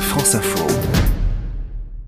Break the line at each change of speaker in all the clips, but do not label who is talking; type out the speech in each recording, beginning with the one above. France Info.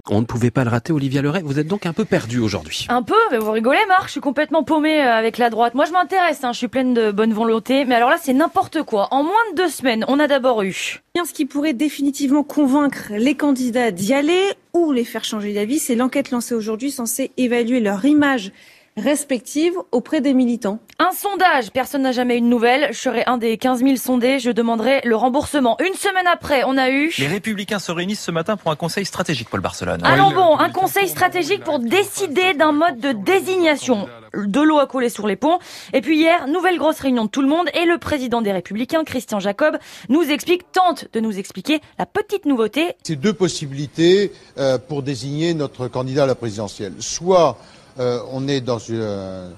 On ne pouvait pas le rater, Olivia Leray. Vous êtes donc un peu perdu aujourd'hui.
Un peu, mais vous rigolez, Marc. Je suis complètement paumée euh, avec la droite. Moi, je m'intéresse. hein, je suis pleine de bonne volonté. Mais alors là, c'est n'importe quoi. En moins de deux semaines, on a d'abord eu.
Ce qui pourrait définitivement convaincre les candidats d'y aller ou les faire changer d'avis, c'est l'enquête lancée aujourd'hui censée évaluer leur image respective auprès des militants.
Un sondage, personne n'a jamais eu de nouvelles. Je serai un des 15 000 sondés, je demanderai le remboursement. Une semaine après, on a eu...
Les Républicains se réunissent ce matin pour un conseil stratégique, Paul Barcelone.
Ah,
Allons bon, un conseil stratégique pour décider d'un mode de désignation. De l'eau à coller sur les ponts. Et puis hier, nouvelle grosse réunion de tout le monde et le président des Républicains, Christian Jacob, nous explique, tente de nous expliquer la petite nouveauté
Ces deux possibilités euh, pour désigner notre candidat à la présidentielle. Soit euh, on est dans une, euh,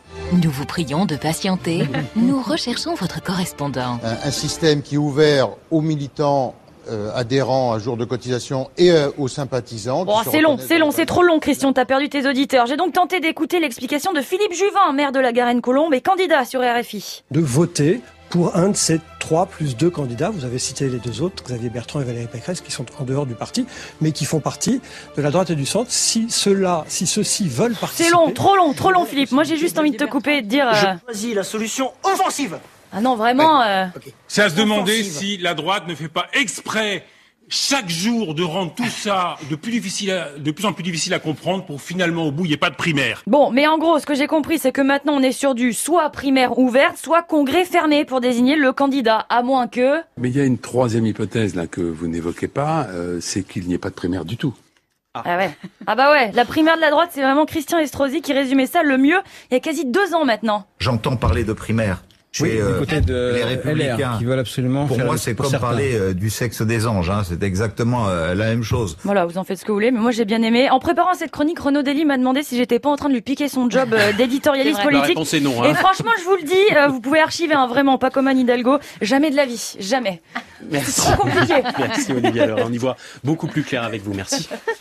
Nous vous prions de patienter. Nous recherchons votre correspondant.
un, un système qui est ouvert aux militants euh, adhérents à jour de cotisation et euh, aux sympathisants. qui
Bon, Oh,
se
c'est long,
reconnaissent
c'est
dans
long,
le
c'est trop long, Christian, t'as perdu tes auditeurs. J'ai donc tenté d'écouter l'explication de Philippe Juvin, maire de la Garenne-Colombe et candidat sur RFI.
de voter pour un de ces trois plus deux candidats. Vous avez cité les deux autres, Xavier Bertrand et Valérie Pécresse, qui sont en dehors du parti, mais qui font partie de la droite et du centre. Si ceux-là, si ceux-ci veulent participer.
C'est long, trop long, trop long, Philippe. Moi, j'ai juste envie de te couper et de dire... euh,
Choisis la solution offensive.
Ah non, vraiment... euh,
C'est à se demander
Offensive.
si la droite ne fait pas exprès chaque jour de rendre tout ça de plus, difficile à- de plus en plus difficile à comprendre pour finalement au bout il n'y ait pas de primaire.
Bon, mais en gros, ce que j'ai compris, c'est que maintenant, on est sur du soit primaire ouverte, soit congrès fermé pour désigner le candidat, à moins que...
Mais il y a une troisième hypothèse là que vous n'évoquez pas, euh, c'est qu'il n'y ait pas de primaire du tout.
Ah ouais. Ah bah ouais, la primaire de la droite, c'est vraiment Christian Estrosi qui résumait ça le mieux il y a quasi deux ans maintenant.
J'entends parler de primaire.
Oui,
Chez, euh,
du côté de
les
LR,
républicains.
qui veulent absolument
Pour
faire
moi,
le-
c'est
pour
comme
certains.
parler euh, du sexe des anges. hein. C'est exactement euh, la même chose.
Voilà, vous en faites ce que vous voulez, mais moi j'ai bien aimé. En préparant cette chronique, Renaud Dely m'a demandé si j'étais pas en train de lui piquer son job euh, d'éditorialiste
La
politique.
réponse est non.
Et
Hein.
franchement, je vous le dis, euh, vous pouvez archiver un vraiment pas comme Anne Hidalgo, jamais de la vie, jamais.
Merci.
Trop compliqué.
Merci Olivia Leray. On y voit beaucoup plus clair avec vous. Merci.